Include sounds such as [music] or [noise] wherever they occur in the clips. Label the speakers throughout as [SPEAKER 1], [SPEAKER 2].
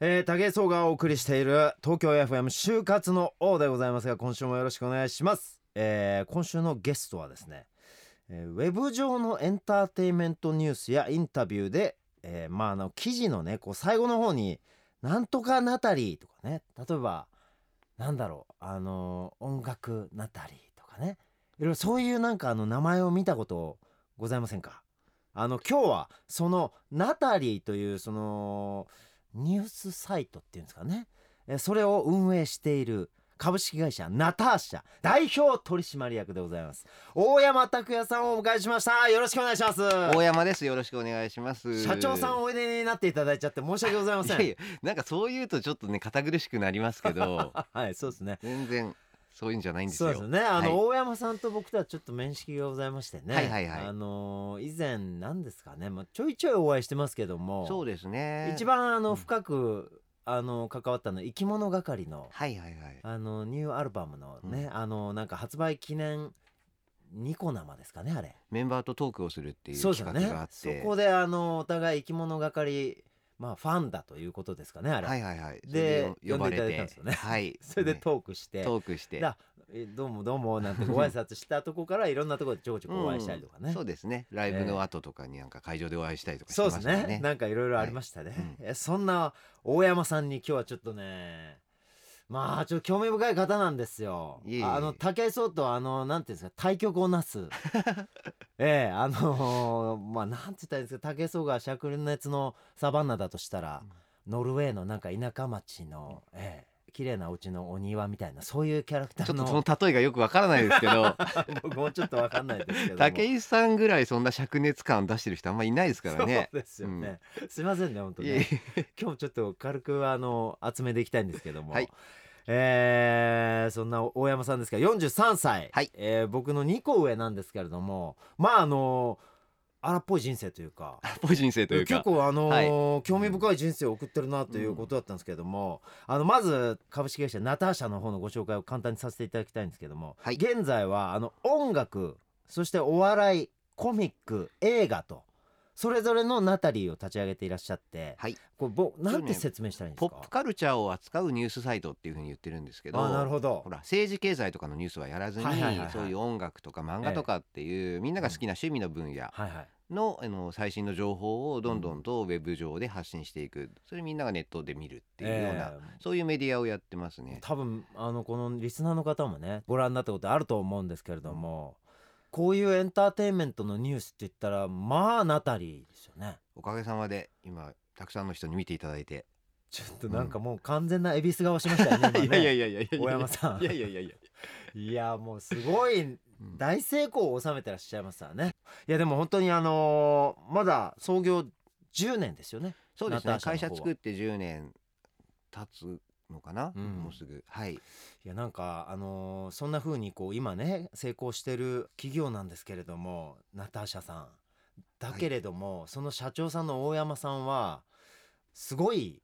[SPEAKER 1] えー、武井壮がお送りしている東京 FM 就活の王でございますが今週もよろしくお願いします、えー、今週のゲストはですね、えー、ウェブ上のエンターテインメントニュースやインタビューで、えー、まああの記事のねこう最後の方に「なんとかナタリー」とかね例えばなんだろうあのー、音楽ナタリーとかねいろいろそういうなんかあの名前を見たことございませんかあの今日はそのナタリーというそのニュースサイトっていうんですかねそれを運営している株式会社ナターシャ代表取締役でございます大山拓也さんをお迎えしましたよろしくお願いします
[SPEAKER 2] 大山ですよろしくお願いします
[SPEAKER 1] 社長さんおいでになっていただいちゃって申し訳ございませんい
[SPEAKER 2] なんかそういうとちょっとね堅苦しくなります
[SPEAKER 1] [laughs]
[SPEAKER 2] けど
[SPEAKER 1] はいそうですね
[SPEAKER 2] 全然そういうんじゃないんですよ。
[SPEAKER 1] すね。あの、はい、大山さんと僕とはちょっと面識がございましてね。
[SPEAKER 2] はいはいはい、
[SPEAKER 1] あのー、以前なんですかね、まあちょいちょいお会いしてますけども。
[SPEAKER 2] そうですね。
[SPEAKER 1] 一番あの深く、うん、あの関わったの生き物係の。
[SPEAKER 2] はいはいはい。
[SPEAKER 1] あのニューアルバムのね、うん、あのなんか発売記念。ニコ生ですかねあれ
[SPEAKER 2] メンバーとトークをするっていう企画があって
[SPEAKER 1] そ,、ね、そこであのお互い生き物係まあ、ファンだということですかねあれ。
[SPEAKER 2] はいはいはい、
[SPEAKER 1] で呼んでいただいたんですよね。
[SPEAKER 2] は
[SPEAKER 1] [laughs]
[SPEAKER 2] い、
[SPEAKER 1] それでトークして。
[SPEAKER 2] トークして。
[SPEAKER 1] だどうもどうもなんてご挨拶したとこからいろんなところでちょこちょこお会いしたりとかね、
[SPEAKER 2] うん、そうですねライブの後とかになんか会場でお会いしたりとか、ね、
[SPEAKER 1] そうですねなんかいろいろありましたね、はいうん、そんな大山さんに今日はちょっとねまあちょっと興味深い方なんですよ。あの武井壮とあのなんていうんですか対局をな [laughs] すええあのー、まあなんて言ったらいいんですか武井壮が灼熱のサバンナだとしたら、うん、ノルウェーのなんか田舎町の、うん、ええ綺麗なお家のお庭みたいなそういうキャラクター
[SPEAKER 2] ちょっとその例えがよくわからないですけど
[SPEAKER 1] [laughs] 僕もちょっとわかんないですけど
[SPEAKER 2] 武井さんぐらいそんな灼熱感出してる人あんまいないですからね
[SPEAKER 1] そうですよね、うん、すいませんね本当ね今日ちょっと軽くあの集めていきたいんですけども、はい、えー、そんな大山さんですが43歳、
[SPEAKER 2] はい
[SPEAKER 1] えー、僕の2個上なんですけれどもまああの荒っぽい人生というか
[SPEAKER 2] 荒っ [laughs] ぽい人生というか
[SPEAKER 1] 結構あのーはい、興味深い人生を送ってるなということだったんですけれども、うん、あのまず株式会社ナターシャの方のご紹介を簡単にさせていただきたいんですけども、はい、現在はあの音楽そしてお笑いコミック映画と。それぞれのナタリーを立ち上げていらっしゃって、
[SPEAKER 2] はい、
[SPEAKER 1] これぼなんて説明したらいいんです
[SPEAKER 2] か、ね、ポップカルチャーを扱うニュースサイトっていうふうに言ってるんですけど
[SPEAKER 1] あなるほど
[SPEAKER 2] ほら政治経済とかのニュースはやらずに、はいはいはいはい、そういう音楽とか漫画とかっていう、ええ、みんなが好きな趣味の分野、うん
[SPEAKER 1] はいはい
[SPEAKER 2] のあの最新の情報をどんどんとウェブ上で発信していく、それみんながネットで見るっていうような、えー、そういうメディアをやってますね
[SPEAKER 1] 多分あのこのリスナーの方もねご覧になったことあると思うんですけれども、こういうエンターテインメントのニュースって言ったらまあナタリーですよね
[SPEAKER 2] おかげさまで今たくさんの人に見ていただいて
[SPEAKER 1] ちょっとなんかもう完全な恵比寿顔しましたよね、 [laughs]
[SPEAKER 2] うん、 [laughs] ねいやいやいやいや
[SPEAKER 1] 大山さ
[SPEAKER 2] んいやいやいやいや
[SPEAKER 1] いやもうすごい大成功を収めてらっしゃいますわね、いやでも本当にあのー、まだ創業10年ですよね
[SPEAKER 2] そうですね会社作って10年経つのかな、うん、もうすぐはい
[SPEAKER 1] いやなんかあのー、そんな風にこう今ね成功してる企業なんですけれどもナターシャさんだけれども、はい、その社長さんの大山さんはすごい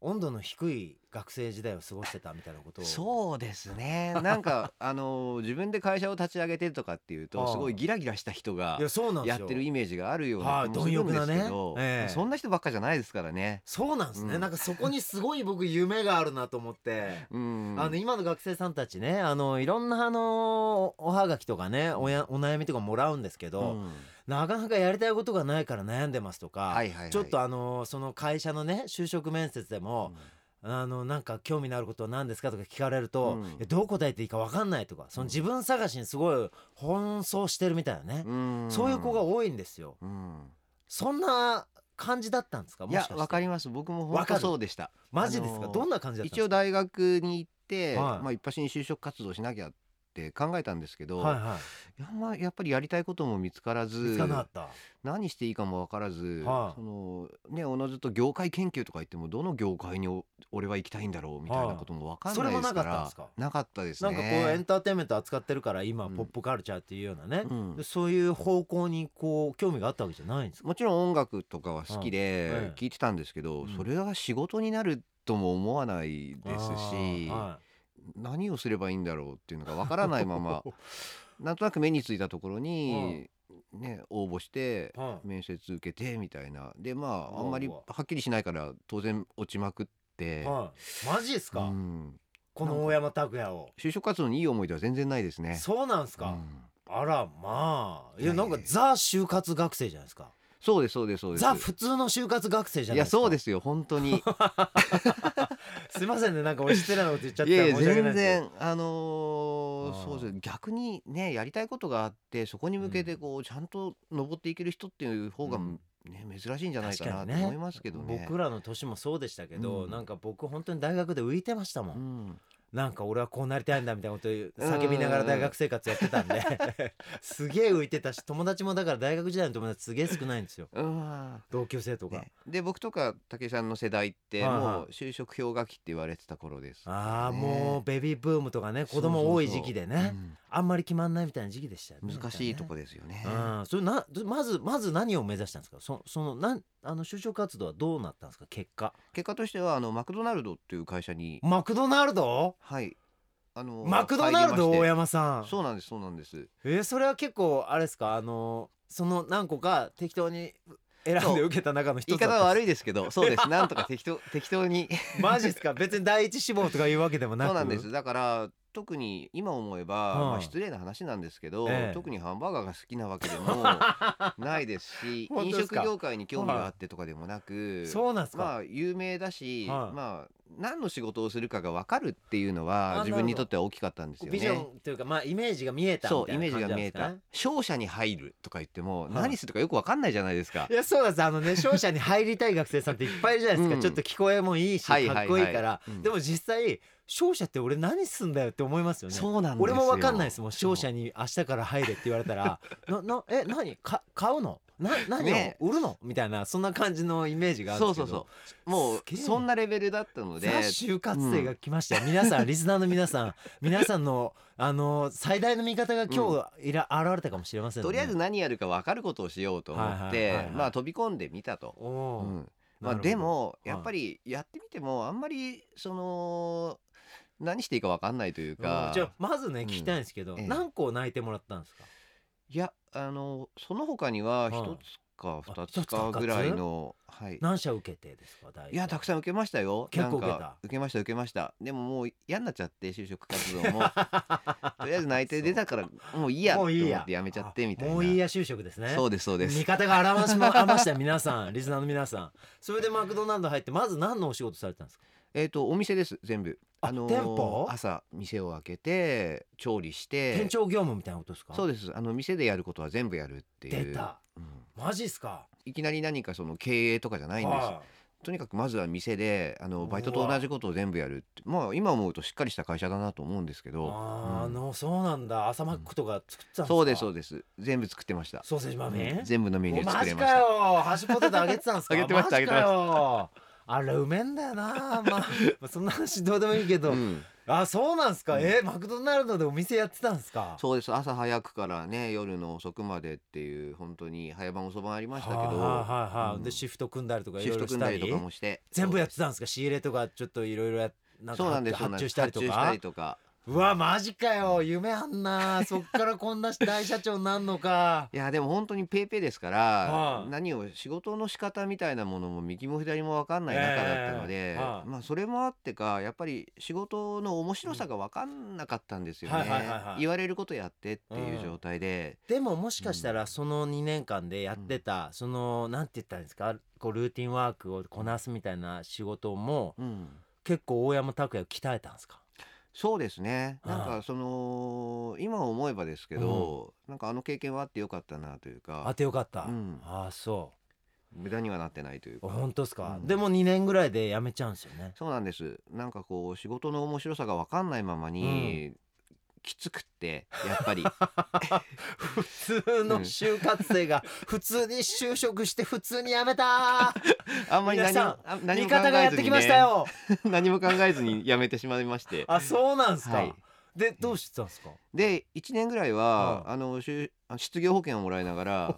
[SPEAKER 1] 温度の低い学生時代を過ごしてたみたいなこと
[SPEAKER 2] そうで
[SPEAKER 1] [laughs]
[SPEAKER 2] すねなんかあのー、自分で会社を立ち上げてとかっていうとすごいギラギラした人がやってるイメージがあるような気もするんですけど、ねえー、そんな人ばっかじゃないですからね
[SPEAKER 1] そうなんですね、うん、なんかそこにすごい僕夢があるなと思って
[SPEAKER 2] うん、
[SPEAKER 1] あの今の学生さんたちねあのいろんなあのおはがきとかねおやお悩みとかもらうんですけど、うんなかなかやりたいことがないから悩んでますとか、
[SPEAKER 2] はいはいはい、
[SPEAKER 1] ちょっとあのその会社のね就職面接でも、うん、あのなんか興味のあることは何ですかとか聞かれると、うん、どう答えていいか分かんないとかその自分探しにすごい奔走してるみたいなね、うん、そういう子が多いんですよ。そんな感じだったんですか
[SPEAKER 2] いやわかります僕も本当そうでした
[SPEAKER 1] マジですか、あのー、どんな感じ
[SPEAKER 2] 一応大学に行って、はい、まあ一発に就職活動しなきゃって考えたんですけど、、
[SPEAKER 1] はいはい
[SPEAKER 2] や,、まあ、やっぱりやりたいことも見つからず何していいかも分からず、
[SPEAKER 1] はあ、
[SPEAKER 2] そのね、おのずと業界研究とか言ってもどの業界に俺は行きたいんだろうみたいなことも分かんないですから、はあ、
[SPEAKER 1] な,かな
[SPEAKER 2] かったですね
[SPEAKER 1] なんかこうエンターテインメント扱ってるから今、うん、ポップカルチャーっていうようなね、うん、そういう方向にこう興味があったわけじゃないんです
[SPEAKER 2] もちろん音楽とかは好きで聞いてたんですけど、はあうん、それが仕事になるとも思わないですし。何をすればいいんだろうっていうのがわからない
[SPEAKER 1] [laughs]
[SPEAKER 2] ま [laughs] まなんとなく目についたところに、ね、応募して面接受けてみたいなでまああんまりはっきりしないから当然落ちまくって。って、
[SPEAKER 1] はい、マジですか、
[SPEAKER 2] うん
[SPEAKER 1] この大山拓也を、
[SPEAKER 2] 就職活動にいい思い出は全然ないですね。
[SPEAKER 1] そうなんですか、
[SPEAKER 2] うん
[SPEAKER 1] あらまあいや
[SPEAKER 2] いや
[SPEAKER 1] ない
[SPEAKER 2] や
[SPEAKER 1] んかザ就活学生じゃないですか
[SPEAKER 2] そうですそうですそうです。
[SPEAKER 1] ザ普通の就活学生じゃな
[SPEAKER 2] い
[SPEAKER 1] い
[SPEAKER 2] や
[SPEAKER 1] ですか
[SPEAKER 2] そうですすよ本当
[SPEAKER 1] [laughs]
[SPEAKER 2] に。
[SPEAKER 1] すいませんねなんか俺失礼なこと言っちゃっ
[SPEAKER 2] い
[SPEAKER 1] たら
[SPEAKER 2] やい
[SPEAKER 1] 申
[SPEAKER 2] や
[SPEAKER 1] し訳ない
[SPEAKER 2] 全
[SPEAKER 1] です
[SPEAKER 2] 然あの
[SPEAKER 1] あ
[SPEAKER 2] ー
[SPEAKER 1] ー
[SPEAKER 2] そうです逆にねやりたいことがあってそこに向けてこう、ちゃんと登っていける人っていう方が、
[SPEAKER 1] うん
[SPEAKER 2] ね珍しいんじゃないかな
[SPEAKER 1] 確か
[SPEAKER 2] と
[SPEAKER 1] にね
[SPEAKER 2] 思いますけどね。
[SPEAKER 1] 僕らの年もそうでしたけど、
[SPEAKER 2] うん
[SPEAKER 1] なんか僕本当に大学で浮いてましたもん、
[SPEAKER 2] うん、
[SPEAKER 1] なんか俺はこうなりたいんだみたいなこと言う叫びながら大学生活やってたんで
[SPEAKER 2] [laughs]
[SPEAKER 1] すげえ浮いてたし友達もだから大学時代の友達すげえ少ないんですよ
[SPEAKER 2] うん
[SPEAKER 1] 同級生とか、
[SPEAKER 2] ね、で僕とか武井さんの世代って
[SPEAKER 1] はいはい
[SPEAKER 2] もう就職氷河期って言われてた頃です、
[SPEAKER 1] ああ
[SPEAKER 2] ね
[SPEAKER 1] もうベビーブームとかね子供多い時期でねあんまり決まんないみたいな時期でしたよ
[SPEAKER 2] う
[SPEAKER 1] ね
[SPEAKER 2] ん難しいとこですよね
[SPEAKER 1] ね、うん、それなまずまず何を目指したんですかそそのなんあの就職活動はどうなったんですか結果
[SPEAKER 2] 結果としてはあのマクドナルドっていう会社に
[SPEAKER 1] マクドナルド
[SPEAKER 2] はいあの
[SPEAKER 1] マクドナルド
[SPEAKER 2] 入り
[SPEAKER 1] 大
[SPEAKER 2] まして
[SPEAKER 1] 山さん
[SPEAKER 2] そうなんですそうなんです
[SPEAKER 1] えーそれは結構あれですかあのその何個か適当に選んで受けた中の
[SPEAKER 2] 言
[SPEAKER 1] 一
[SPEAKER 2] い
[SPEAKER 1] つだ
[SPEAKER 2] 方
[SPEAKER 1] った
[SPEAKER 2] は悪いです
[SPEAKER 1] [laughs]
[SPEAKER 2] けどそうですなんとか適当適当に
[SPEAKER 1] マジですか別に第一志望とかいうわけでもなく
[SPEAKER 2] そうなんですだから特に今思えば、
[SPEAKER 1] うん
[SPEAKER 2] まあ、失礼な話なんですけど、
[SPEAKER 1] ええ
[SPEAKER 2] 特にハンバーガーが好きなわけでも
[SPEAKER 1] [laughs]
[SPEAKER 2] ないですし
[SPEAKER 1] 本
[SPEAKER 2] 飲
[SPEAKER 1] 当です
[SPEAKER 2] 食
[SPEAKER 1] か
[SPEAKER 2] 業界に興味があってとかでもなく、
[SPEAKER 1] そうなんですか、
[SPEAKER 2] まあ有名だし、
[SPEAKER 1] はい
[SPEAKER 2] まあ何の仕事をするかが分かるっていうの
[SPEAKER 1] あ
[SPEAKER 2] は
[SPEAKER 1] なるほど
[SPEAKER 2] 自分にとっては大きかったんですよね。
[SPEAKER 1] ビジョンというかまあイメージが見えたみ
[SPEAKER 2] そう
[SPEAKER 1] た
[SPEAKER 2] イ
[SPEAKER 1] い
[SPEAKER 2] メ
[SPEAKER 1] な
[SPEAKER 2] ージ
[SPEAKER 1] 感じ
[SPEAKER 2] が
[SPEAKER 1] なん
[SPEAKER 2] 見
[SPEAKER 1] で
[SPEAKER 2] え
[SPEAKER 1] すか
[SPEAKER 2] た
[SPEAKER 1] ね
[SPEAKER 2] 商社に入るとか言っても
[SPEAKER 1] はい
[SPEAKER 2] 何するとかよく分かんないじゃないですか
[SPEAKER 1] い。やそうなんですあのね商社に入りたい学生さんっていっぱいいるじゃないですか、
[SPEAKER 2] うん
[SPEAKER 1] ちょっと聞こえもいいしか
[SPEAKER 2] はいはいはい
[SPEAKER 1] っこいいから、
[SPEAKER 2] うん
[SPEAKER 1] でも実際商社って俺何すんだよって思いますよね
[SPEAKER 2] そうなんです
[SPEAKER 1] 俺
[SPEAKER 2] よ
[SPEAKER 1] も分かんないですもん商社
[SPEAKER 2] に
[SPEAKER 1] に明日から入れって言われたらななえ何か買うのな何を
[SPEAKER 2] ね
[SPEAKER 1] 売るのみたいなそんな感じのイメージがあるん
[SPEAKER 2] そ
[SPEAKER 1] で
[SPEAKER 2] う
[SPEAKER 1] すけ
[SPEAKER 2] そ
[SPEAKER 1] ど
[SPEAKER 2] うそうも
[SPEAKER 1] す
[SPEAKER 2] う
[SPEAKER 1] げえ
[SPEAKER 2] そんなレベルだったので
[SPEAKER 1] ザ就活生が来ましたよ、皆さんリスナーの皆
[SPEAKER 2] [laughs]
[SPEAKER 1] さん皆さんのあの最大の味方が今日いら、現れたかもしれませんね
[SPEAKER 2] とりあえず何やるか分かることをしようと思っ
[SPEAKER 1] はいはいはい
[SPEAKER 2] て
[SPEAKER 1] はい
[SPEAKER 2] まあ飛び込んでみたと。
[SPEAKER 1] お
[SPEAKER 2] う
[SPEAKER 1] お、
[SPEAKER 2] んま
[SPEAKER 1] な
[SPEAKER 2] あ、
[SPEAKER 1] るほど
[SPEAKER 2] でも
[SPEAKER 1] い
[SPEAKER 2] やっぱりやってみてもあんまりその何していいか分かんないという
[SPEAKER 1] う
[SPEAKER 2] か
[SPEAKER 1] んじゃあまずね
[SPEAKER 2] うん
[SPEAKER 1] 聞きたいんですけど、
[SPEAKER 2] ええ
[SPEAKER 1] 何個泣いてもらったんですか
[SPEAKER 2] いやあのその他に
[SPEAKER 1] はい
[SPEAKER 2] は一つか
[SPEAKER 1] あ
[SPEAKER 2] 二
[SPEAKER 1] 一
[SPEAKER 2] つ
[SPEAKER 1] つか
[SPEAKER 2] か
[SPEAKER 1] 二つ
[SPEAKER 2] ぐらいの、はい、
[SPEAKER 1] 何社受けてですか大体
[SPEAKER 2] いやたくさん受けましたよ
[SPEAKER 1] 結構受けた
[SPEAKER 2] なんか受けました受けましたでももう嫌になっちゃって就職活動
[SPEAKER 1] [laughs]
[SPEAKER 2] もとりあえず内定出たからもういいやと
[SPEAKER 1] もういい
[SPEAKER 2] 思
[SPEAKER 1] や
[SPEAKER 2] ってやめちゃってみたいな
[SPEAKER 1] もういいや就職ですね
[SPEAKER 2] そうですそうです
[SPEAKER 1] 味方が現しま現したよ皆さんリスナーの皆さんそれでマクドナルド入ってまず何のお仕事されたんですか
[SPEAKER 2] えっ、とお店です全部
[SPEAKER 1] あ
[SPEAKER 2] の
[SPEAKER 1] 店舗
[SPEAKER 2] 朝店を開けて調理して
[SPEAKER 1] 店長業務みたいなことですか
[SPEAKER 2] そうですあの店でやることは全部やるっていう
[SPEAKER 1] 出た
[SPEAKER 2] うん
[SPEAKER 1] マジっすか
[SPEAKER 2] いきなり何かその経営とかじゃないんです
[SPEAKER 1] は
[SPEAKER 2] とにかくまずは店であ
[SPEAKER 1] うわ
[SPEAKER 2] のバイトと同じことを全部やるってまあ今思うとしっかりした会社だなと思うんですけど
[SPEAKER 1] あーあ
[SPEAKER 2] うん
[SPEAKER 1] のそうなんだ朝マックとか作ってたんですか
[SPEAKER 2] そうですそうです全部作ってました
[SPEAKER 1] ソーセージ豆、
[SPEAKER 2] うん全部のメニュー作れまし
[SPEAKER 1] マジ
[SPEAKER 2] た
[SPEAKER 1] かよハッシュポテトあげてたんですか
[SPEAKER 2] あげてました
[SPEAKER 1] マジかよあれうめえんだよなまあまあそんな話どうでもいいけど、
[SPEAKER 2] うん
[SPEAKER 1] あそうなんすか、
[SPEAKER 2] うん
[SPEAKER 1] えマクドナルドでお店やってたんすか
[SPEAKER 2] そうです朝早くからね夜の遅くまでっていう本当に早番遅番ありましたけ
[SPEAKER 1] はい
[SPEAKER 2] ど
[SPEAKER 1] はいはいはい
[SPEAKER 2] うん
[SPEAKER 1] でシフト組んだりとかい
[SPEAKER 2] シ
[SPEAKER 1] ろ
[SPEAKER 2] フ
[SPEAKER 1] い
[SPEAKER 2] ト
[SPEAKER 1] ろし
[SPEAKER 2] 組んだ
[SPEAKER 1] た
[SPEAKER 2] り
[SPEAKER 1] り
[SPEAKER 2] とかもして
[SPEAKER 1] 全部やってたんですか仕入れとかちょっといろいろやなんか
[SPEAKER 2] そうなんですそうなん
[SPEAKER 1] 発注
[SPEAKER 2] です
[SPEAKER 1] したりと
[SPEAKER 2] 発注した
[SPEAKER 1] か
[SPEAKER 2] りとか
[SPEAKER 1] うわマジかよ夢あんなそっからこんな大社長になんのか
[SPEAKER 2] いやでも本当にペイペイですから、
[SPEAKER 1] い
[SPEAKER 2] 何を仕事の仕方みたいなものも右も左も分かんない中だったので、
[SPEAKER 1] ええはい
[SPEAKER 2] まあそれもあってかやっぱり仕事の面白さが分かんなかったんですよ
[SPEAKER 1] うんは
[SPEAKER 2] ね
[SPEAKER 1] いはいはいはい
[SPEAKER 2] 言われることやってっていう状態で、
[SPEAKER 1] でももしかしたらその2年間でやってた、そのなんて言ったらいいんですかこうルーティンワークをこなすみたいな仕事も
[SPEAKER 2] うん
[SPEAKER 1] 結構大山拓也を鍛えたんですか
[SPEAKER 2] そうですねなん
[SPEAKER 1] は
[SPEAKER 2] かその今思えばですけど、なんかあの経験はあってよかったなという
[SPEAKER 1] あ
[SPEAKER 2] か
[SPEAKER 1] てよかった、
[SPEAKER 2] うん
[SPEAKER 1] ああそ
[SPEAKER 2] 無駄にはなってないという
[SPEAKER 1] う
[SPEAKER 2] か。
[SPEAKER 1] 本当ですか、
[SPEAKER 2] うん
[SPEAKER 1] でも2年ぐらいで辞めちゃうんですよ
[SPEAKER 2] [laughs]
[SPEAKER 1] ね
[SPEAKER 2] そうなんですなんかこう仕事の面白さが分かんないままに、きつくってやっぱり [laughs]
[SPEAKER 1] 普通の就活生が普通に就職して普通に辞めた
[SPEAKER 2] [laughs] あんまり
[SPEAKER 1] 皆
[SPEAKER 2] 何
[SPEAKER 1] さん
[SPEAKER 2] もあ
[SPEAKER 1] 味
[SPEAKER 2] 何も考えずに、ね、
[SPEAKER 1] 方がやってきましたよ
[SPEAKER 2] [laughs] 何も考えずに辞めてしまいまして
[SPEAKER 1] あそうなんですか、
[SPEAKER 2] はい
[SPEAKER 1] でどうしてたんですか
[SPEAKER 2] で1年ぐらいは
[SPEAKER 1] うん [laughs]
[SPEAKER 2] あのしゅあ失業保険をもらいながら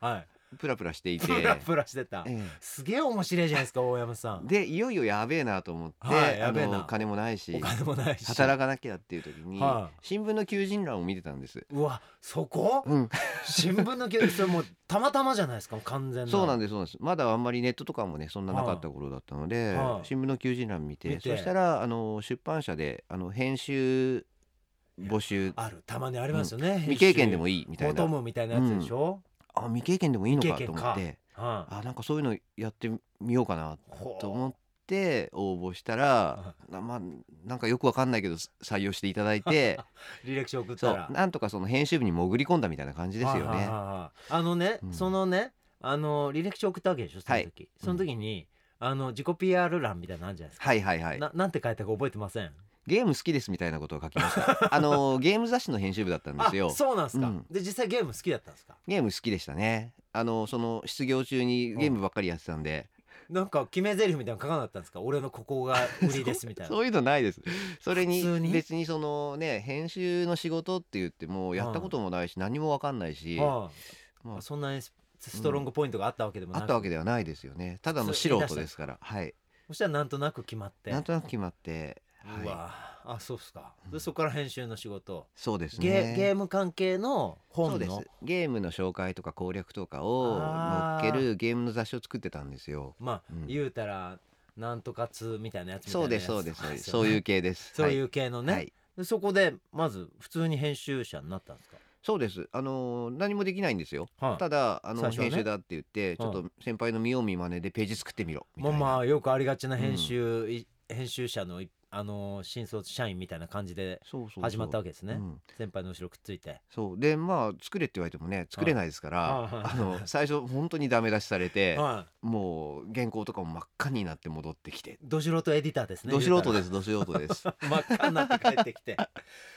[SPEAKER 1] はい
[SPEAKER 2] プラプラしていて
[SPEAKER 1] プラ [laughs] プラしてた
[SPEAKER 2] え
[SPEAKER 1] すげえ面白いじゃないですか大山さ
[SPEAKER 2] え
[SPEAKER 1] ん
[SPEAKER 2] でいよいよやべえなと思って、
[SPEAKER 1] はいや
[SPEAKER 2] あ
[SPEAKER 1] べえな
[SPEAKER 2] の金もないし
[SPEAKER 1] お金もないし
[SPEAKER 2] 働かなきゃっていう時に、
[SPEAKER 1] は
[SPEAKER 2] 新聞の求人欄を見てたんです。
[SPEAKER 1] うわそこ
[SPEAKER 2] うん、
[SPEAKER 1] 新聞の記事それもうたまたまじゃないですか完全な
[SPEAKER 2] そうなん
[SPEAKER 1] で
[SPEAKER 2] ですそうなんですまだあんまりネットとかもねそんななかった頃だったので、
[SPEAKER 1] はい
[SPEAKER 2] 新聞の求人欄見て
[SPEAKER 1] 見て
[SPEAKER 2] そしたらあの出版社であの編集募集
[SPEAKER 1] あるたまにありますよね、
[SPEAKER 2] 未経験でも
[SPEAKER 1] いい
[SPEAKER 2] いいみた
[SPEAKER 1] ボ
[SPEAKER 2] い
[SPEAKER 1] ト
[SPEAKER 2] な
[SPEAKER 1] ムみたいなやつでしょ、
[SPEAKER 2] あ未経験でもいいのかと思っ
[SPEAKER 1] 未
[SPEAKER 2] て
[SPEAKER 1] はい
[SPEAKER 2] あなんかそういうのやってみようかな
[SPEAKER 1] ほう
[SPEAKER 2] と思って応募したら
[SPEAKER 1] は
[SPEAKER 2] なまあなんかよくわかんないけど採用していただいて
[SPEAKER 1] [laughs] 履歴書送っ
[SPEAKER 2] そ
[SPEAKER 1] たら
[SPEAKER 2] うなんとかその編集部に潜り込んだみたいな感じですよ
[SPEAKER 1] はいはいは
[SPEAKER 2] ね
[SPEAKER 1] い。はいあのね、
[SPEAKER 2] うん
[SPEAKER 1] そのねあの履歴書送ったわけでしょその時、その時に、あの自己 PR 欄みたいなのあるじゃないですか、
[SPEAKER 2] はいはいはい、
[SPEAKER 1] ななんて書いたか覚えてません
[SPEAKER 2] ゲーム好きですみたいなことを書き
[SPEAKER 1] [laughs]
[SPEAKER 2] ました。あのゲーム雑誌の編集部だったんですよ
[SPEAKER 1] あ。そうなんですか、
[SPEAKER 2] うん
[SPEAKER 1] で実際ゲーム好きだったんですか
[SPEAKER 2] ゲーム好きでしたねあのその失業中にゲームばっかりやってたんで、
[SPEAKER 1] なんか決め台詞みたいなの書かなかったんですか俺のここが売りですみたいな
[SPEAKER 2] そういうのないですそれに
[SPEAKER 1] 普通に
[SPEAKER 2] 別にそのね編集の仕事って言ってもやったこともないし、何もわかんないし、
[SPEAKER 1] はあ
[SPEAKER 2] まあ
[SPEAKER 1] そんなにスストロングポイントがあったわけでもな
[SPEAKER 2] あ
[SPEAKER 1] く、
[SPEAKER 2] ったわけではないですよねただの素人ですからはい
[SPEAKER 1] そしたらなんとなく決まって
[SPEAKER 2] なんとなく決まって、
[SPEAKER 1] う
[SPEAKER 2] はい、
[SPEAKER 1] わあそうっすか、
[SPEAKER 2] う
[SPEAKER 1] で
[SPEAKER 2] ん
[SPEAKER 1] そこから編集の仕事、
[SPEAKER 2] そうです
[SPEAKER 1] ゲ
[SPEAKER 2] ね
[SPEAKER 1] ゲーム関係の
[SPEAKER 2] そう
[SPEAKER 1] 本
[SPEAKER 2] です
[SPEAKER 1] の
[SPEAKER 2] ゲームの紹介とか攻略とかを
[SPEAKER 1] あー
[SPEAKER 2] 載っけるゲームの雑誌を作ってたんですよ
[SPEAKER 1] まあ、
[SPEAKER 2] うん
[SPEAKER 1] 言うたらなんとかつみたいなやつみたい
[SPEAKER 2] そう
[SPEAKER 1] なや
[SPEAKER 2] で
[SPEAKER 1] つ
[SPEAKER 2] すそうですそうです
[SPEAKER 1] よ
[SPEAKER 2] そう
[SPEAKER 1] ね
[SPEAKER 2] いう系です
[SPEAKER 1] そういうう系のね、
[SPEAKER 2] はい
[SPEAKER 1] でそこでまず普通に編集者になったんです
[SPEAKER 2] そうですあのー何もできないんですよ
[SPEAKER 1] か、はい
[SPEAKER 2] ただあの、
[SPEAKER 1] 最初はね
[SPEAKER 2] 編集だって言ってちょっ
[SPEAKER 1] う
[SPEAKER 2] と先輩の見よう見まねでページ作ってみろみた
[SPEAKER 1] も
[SPEAKER 2] いうな、
[SPEAKER 1] まあよくありがちな編集、い編集者のいあのー新卒社員みたいな感じで
[SPEAKER 2] そうそうそう
[SPEAKER 1] 始まったわけですね
[SPEAKER 2] うん
[SPEAKER 1] 先輩の後ろくっついて
[SPEAKER 2] そうでまあ作れって言われてもね作れないですから、
[SPEAKER 1] は
[SPEAKER 2] [laughs]
[SPEAKER 1] い
[SPEAKER 2] あの最初本当にダメ出しされて、
[SPEAKER 1] [laughs] は
[SPEAKER 2] もう原稿とかも真っ赤になって戻ってきて
[SPEAKER 1] いど素人エディターですね
[SPEAKER 2] ど素
[SPEAKER 1] 言
[SPEAKER 2] 人
[SPEAKER 1] うたら
[SPEAKER 2] ですど素人です
[SPEAKER 1] [laughs] 真っ赤になって帰って
[SPEAKER 2] [laughs]
[SPEAKER 1] きて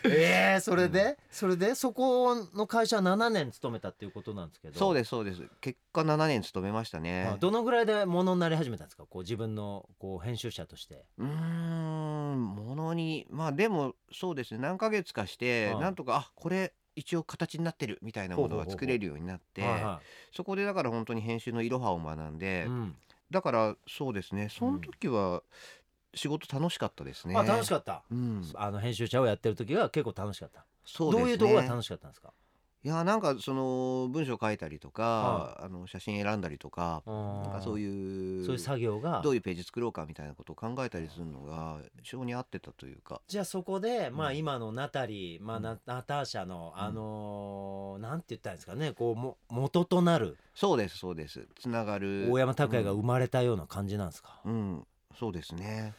[SPEAKER 1] ええそれで、
[SPEAKER 2] う
[SPEAKER 1] それでそこの会社7年勤めたっていうことなんですけど
[SPEAKER 2] そう
[SPEAKER 1] で
[SPEAKER 2] ですそうです結果7年勤めましたね
[SPEAKER 1] どのぐらいでものになり始めたんですかこう自分のこう編集者として
[SPEAKER 2] うーんものにまあでもそうですね何ヶ月かして、
[SPEAKER 1] はい
[SPEAKER 2] なんとかあこれ一応形になってるみたいなものが作れるようになって、
[SPEAKER 1] はいは
[SPEAKER 2] そこでだから本当に編集のいろはを学ん
[SPEAKER 1] い
[SPEAKER 2] で、
[SPEAKER 1] うん
[SPEAKER 2] だからそうですねその時は仕事楽しかったですね、
[SPEAKER 1] あ楽し
[SPEAKER 2] っ
[SPEAKER 1] かった、
[SPEAKER 2] たうん
[SPEAKER 1] あの編集者をやってる時は結構楽しかった
[SPEAKER 2] そうですね
[SPEAKER 1] どういうところが楽しかったんですか
[SPEAKER 2] いやなんかその文章書いたりとか、あの写真選んだりとか
[SPEAKER 1] な
[SPEAKER 2] なんかそう
[SPEAKER 1] う
[SPEAKER 2] いう
[SPEAKER 1] そういう作業が
[SPEAKER 2] どういうページ作ろうかみたいなことを考えたりするのが性に合ってたというか
[SPEAKER 1] じゃあそこで、まあ
[SPEAKER 2] うん
[SPEAKER 1] 今のナタリー、まあ、
[SPEAKER 2] うん
[SPEAKER 1] ナナターシャの、
[SPEAKER 2] ん
[SPEAKER 1] あのーなんて言ったらいいんですかねこうも元となる
[SPEAKER 2] そうですそうですつながる
[SPEAKER 1] 大山拓也が生まれたような感じなんですか、
[SPEAKER 2] うんそうですね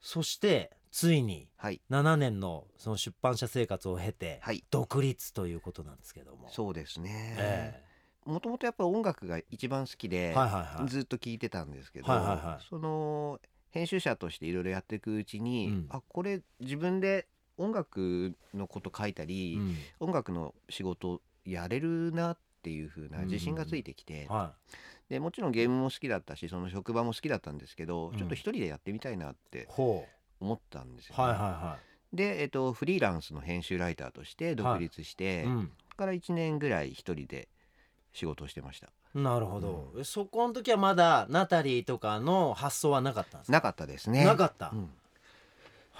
[SPEAKER 1] そしてついに
[SPEAKER 2] はい
[SPEAKER 1] 7年のその出版社生活を経て
[SPEAKER 2] はい
[SPEAKER 1] 独立ということなんですけども、
[SPEAKER 2] そうですね
[SPEAKER 1] え
[SPEAKER 2] もともとやっぱり音楽が一番好き
[SPEAKER 1] え
[SPEAKER 2] で、
[SPEAKER 1] はいはいはい
[SPEAKER 2] ずっと聞いてたんですけど、
[SPEAKER 1] はいはいはい
[SPEAKER 2] その編集者としていろいろやっていくうちに、
[SPEAKER 1] うん
[SPEAKER 2] あこれ自分で音楽のこと書いたり、
[SPEAKER 1] うん
[SPEAKER 2] 音楽の仕事やれるなっていう風な自信がついてきて、
[SPEAKER 1] は
[SPEAKER 2] でもちろんゲームも好きだったしその職場も好きだったんですけど、
[SPEAKER 1] うん
[SPEAKER 2] ちょっと一人でやってみたいなっ
[SPEAKER 1] い
[SPEAKER 2] て
[SPEAKER 1] ほ
[SPEAKER 2] 思ったんですよ
[SPEAKER 1] う
[SPEAKER 2] ね、
[SPEAKER 1] はいはいは
[SPEAKER 2] で、えっとフリーランスの編集ライターとして独立して、
[SPEAKER 1] い、う
[SPEAKER 2] そこから1年ぐらい一人で仕事をしてました
[SPEAKER 1] ん、なるほど、えそこの時はまだナタリーとかの発想はなかったんですか
[SPEAKER 2] なかったですね
[SPEAKER 1] なかった、
[SPEAKER 2] うん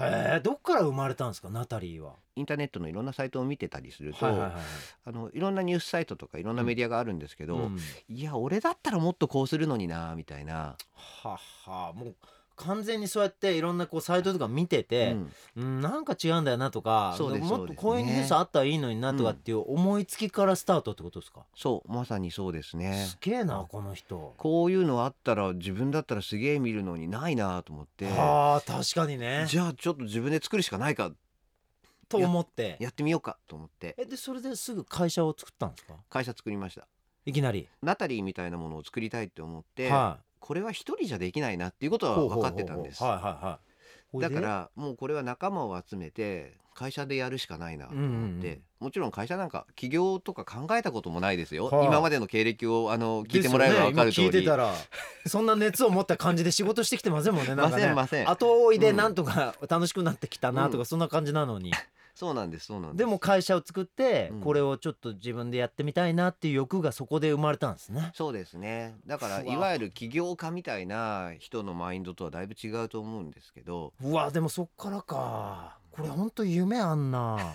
[SPEAKER 1] へえどっから生まれたんですかナタリーは。
[SPEAKER 2] インターネットのいろんなサイトを見てたりすると、
[SPEAKER 1] はいはいはいはい
[SPEAKER 2] あのいろんなニュースサイトとかいろんなメディアがあるんですけど、
[SPEAKER 1] うん
[SPEAKER 2] いや俺だったらもっとこうするのになみたいな、
[SPEAKER 1] ははもう完全にそうやっていろんなこうサイトとか見てて、
[SPEAKER 2] う
[SPEAKER 1] う
[SPEAKER 2] ん
[SPEAKER 1] ん、なんか違うんだよなとか
[SPEAKER 2] そうです
[SPEAKER 1] もっ
[SPEAKER 2] そう
[SPEAKER 1] と
[SPEAKER 2] です
[SPEAKER 1] こういうニュースあったらいいのになとかっていう思いつきからスタートってことですか、
[SPEAKER 2] そうまさにそうですね
[SPEAKER 1] すげえなこの人。
[SPEAKER 2] こういうのあったら自分だったらすげえ見るのにないなと思って
[SPEAKER 1] はあ確かにね。
[SPEAKER 2] じゃあちょっと自分で作るしかないか
[SPEAKER 1] と思って
[SPEAKER 2] やってみようかと思って
[SPEAKER 1] えでそれですぐ会社を作ったんですか
[SPEAKER 2] 会社作りました
[SPEAKER 1] いきなり。
[SPEAKER 2] ナタリーみたいなものを作りたいって思って、
[SPEAKER 1] は
[SPEAKER 2] これは一人じゃできないなっていうこと
[SPEAKER 1] い、
[SPEAKER 2] は
[SPEAKER 1] ほうほう
[SPEAKER 2] 分
[SPEAKER 1] ほうほう
[SPEAKER 2] かってたんです
[SPEAKER 1] はいはいはいほい
[SPEAKER 2] だ
[SPEAKER 1] で
[SPEAKER 2] からもうこれは仲間を集めて会社でやるしかないなと思って、
[SPEAKER 1] うんうん
[SPEAKER 2] もちろん会社なんか起業とか考えたこともないですよ、
[SPEAKER 1] はい
[SPEAKER 2] 今までの経歴をあの聞いてもらえば分かる
[SPEAKER 1] です
[SPEAKER 2] 通
[SPEAKER 1] よ
[SPEAKER 2] り、
[SPEAKER 1] ね今聞いてたらそんな熱を持った感じで仕事してきてませんもんねなんか
[SPEAKER 2] [laughs] ませ
[SPEAKER 1] ね
[SPEAKER 2] んません
[SPEAKER 1] 後追いで
[SPEAKER 2] うん
[SPEAKER 1] なんとか楽しくなってきたなとか、
[SPEAKER 2] う
[SPEAKER 1] そんな感じなのに、
[SPEAKER 2] そうなんですそうなんです
[SPEAKER 1] でも会社を作って、
[SPEAKER 2] うん
[SPEAKER 1] これをちょっと自分でやってみたいなっていう欲がそこで生まれたんですね。
[SPEAKER 2] そうですねだから
[SPEAKER 1] うわ
[SPEAKER 2] いわゆる起業家みたいな人のマインドとはだいぶ違うと思うんですけど
[SPEAKER 1] うわでもそっからかこれほんと夢あん
[SPEAKER 2] [laughs]
[SPEAKER 1] な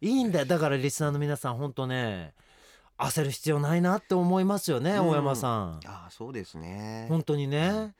[SPEAKER 1] いいんだよだからリスナーの皆さんほんとね焦る必要ないなって思いますよね、
[SPEAKER 2] うん
[SPEAKER 1] 大山さん
[SPEAKER 2] ああそうですね
[SPEAKER 1] 本当にね、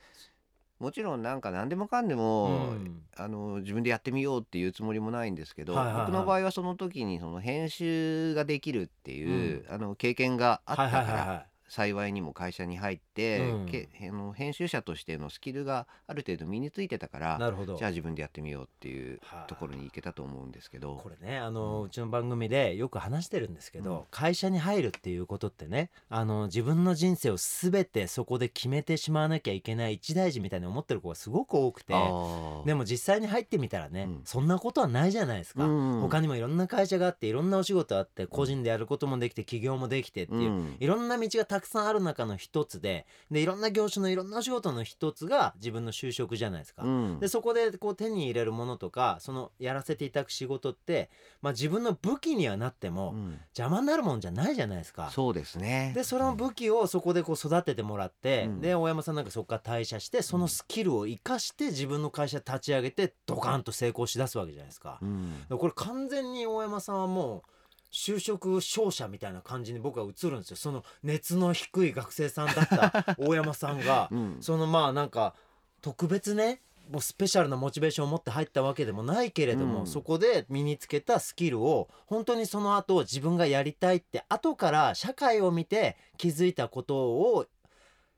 [SPEAKER 2] もちろんなんか何でもかんでも、
[SPEAKER 1] うん
[SPEAKER 2] あの自分でやってみようっていうつもりもないんですけど、
[SPEAKER 1] はいはいはい
[SPEAKER 2] 僕の場合はその時にその編集ができるっていう、あの経験があった
[SPEAKER 1] はい
[SPEAKER 2] か
[SPEAKER 1] はい
[SPEAKER 2] ら、
[SPEAKER 1] はいは
[SPEAKER 2] 幸いにも会社に入って、
[SPEAKER 1] うん
[SPEAKER 2] けあの編集者としてのスキルがある程度身についてたか
[SPEAKER 1] い
[SPEAKER 2] ら
[SPEAKER 1] なるほど
[SPEAKER 2] じゃあ自分でやってみようっていう
[SPEAKER 1] はい
[SPEAKER 2] ところに行けたと思うんですけど
[SPEAKER 1] これねあの、
[SPEAKER 2] う
[SPEAKER 1] うんちの番組でよく話してるんですけど、
[SPEAKER 2] うん
[SPEAKER 1] 会社に入るっていうことってねあの自分の人生を全てそこで決めてしまわなきゃいけない一大事みたいに思ってる子がすごく多くて
[SPEAKER 2] あー
[SPEAKER 1] でも実際に入ってみたらね、
[SPEAKER 2] うん
[SPEAKER 1] そんなことはないじゃないですか、
[SPEAKER 2] うん
[SPEAKER 1] 他にもいろんな会社があっていろんなお仕事あって個人でやることもできて起業もできてっていう、
[SPEAKER 2] うん
[SPEAKER 1] いろんな道がたくさんある中の一つででいろんな業種のいろんなお仕事の一つが自分の就職じゃないですか。
[SPEAKER 2] うん
[SPEAKER 1] でそこでこう手に入れるものとかそのやらせていただく仕事って、まあ、自分の武器にはなっても
[SPEAKER 2] うん
[SPEAKER 1] 邪魔になるもんじゃないじゃないですか。
[SPEAKER 2] そうですね
[SPEAKER 1] でその
[SPEAKER 2] うん
[SPEAKER 1] 武器をそこでこう育ててもらって、
[SPEAKER 2] うん
[SPEAKER 1] で大山さんなんかそこから退社してそのスキルを生かして自分の会社立ち上げてドカンと成功しだすわけじゃないですか。
[SPEAKER 2] うん
[SPEAKER 1] これ完全に大山さんはもう就職商社みたいな感じに僕は映るんですよその熱の低い学生さんだった大山さん
[SPEAKER 2] [laughs]
[SPEAKER 1] が
[SPEAKER 2] うん
[SPEAKER 1] そのまあなんか特別ねもうスペシャルなモチベーションを持って入ったわけでもないけれども、
[SPEAKER 2] うん
[SPEAKER 1] そこで身につけたスキルを本当にその後自分がやりたいって後から社会を見て気づいたことを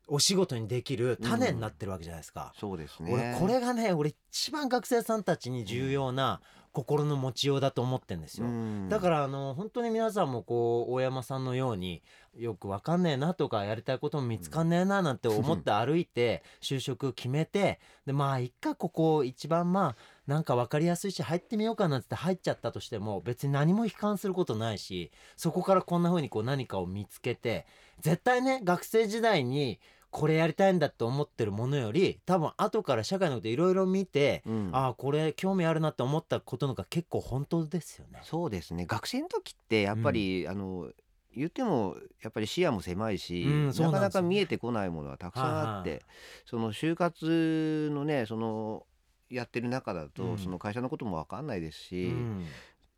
[SPEAKER 1] お仕事にできる種になってるわけじゃないですか。
[SPEAKER 2] そうですね
[SPEAKER 1] 俺これがね俺一番学生さんたちに重要な心の持ちようだと思ってんですよ。だかららあの本当に皆さんもこう大山さんのようによくわかんねえなとかやりたいことも見つかんねえななんて思って歩いて就職決めてでまあ一回ここ一番まあなんか分かりやすいし入ってみようかなんつって入っちゃったとしても別に何も悲観することないしそこからこんな風にこう何かを見つけて絶対ね学生時代にこれやりたいんだって思ってるものより多分後から社会のこといろいろ見て、ああこれ興味あるなって思ったことの方が結構本当ですよね。
[SPEAKER 2] そうですね学生の時ってやっぱり、あの言ってもやっぱり視野も狭いし、
[SPEAKER 1] うんそう
[SPEAKER 2] な
[SPEAKER 1] なん
[SPEAKER 2] か
[SPEAKER 1] ですよ
[SPEAKER 2] なか見えてこないものはたくさんあって、
[SPEAKER 1] はい
[SPEAKER 2] その就活のねそのやってる中だと、
[SPEAKER 1] うん
[SPEAKER 2] その会社のことも分かんないですし、
[SPEAKER 1] うん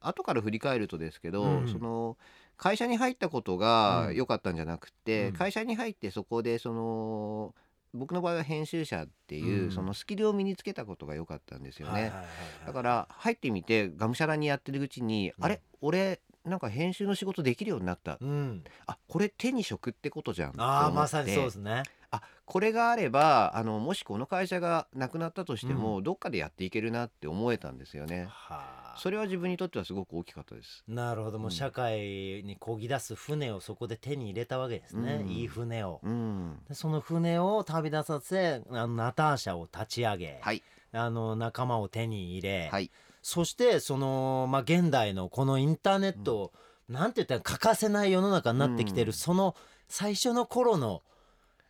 [SPEAKER 2] 後から振り返るとですけど、
[SPEAKER 1] うん
[SPEAKER 2] その会社に入ったことが
[SPEAKER 1] うん
[SPEAKER 2] 良かったんじゃなくて、
[SPEAKER 1] うん
[SPEAKER 2] 会社に入ってそこでその僕の場合は編集者っていう、
[SPEAKER 1] うん
[SPEAKER 2] そのスキルを身につけたことが良かったんですよね。
[SPEAKER 1] はいはいはいはい
[SPEAKER 2] だから入ってみてがむしゃらにやってるうちに、
[SPEAKER 1] うん
[SPEAKER 2] あれ俺なんか編集の仕事できるようになった、
[SPEAKER 1] うん、
[SPEAKER 2] あこれ手に職ってことじゃんって思って
[SPEAKER 1] ああまさにそうですね。
[SPEAKER 2] あこれがあればあのもしこの会社がなくなったとしても、
[SPEAKER 1] う
[SPEAKER 2] どっかでやっていけるなって思えたんですよね
[SPEAKER 1] はあ
[SPEAKER 2] それは自分にとってはすごく大きかったです
[SPEAKER 1] なるほどもう
[SPEAKER 2] うん
[SPEAKER 1] 社会に漕ぎ出す船をそこで手に入れたわけですね、
[SPEAKER 2] うん
[SPEAKER 1] いい船を。
[SPEAKER 2] うん
[SPEAKER 1] でその船を旅立たせあのナターシャを立ち上げ、
[SPEAKER 2] はい
[SPEAKER 1] あの仲間を手に入れ、
[SPEAKER 2] はい
[SPEAKER 1] そしてその、まあ、現代のこのインターネット、なんて言ったら欠かせない世の中になってきてる、
[SPEAKER 2] うん
[SPEAKER 1] その最初の頃の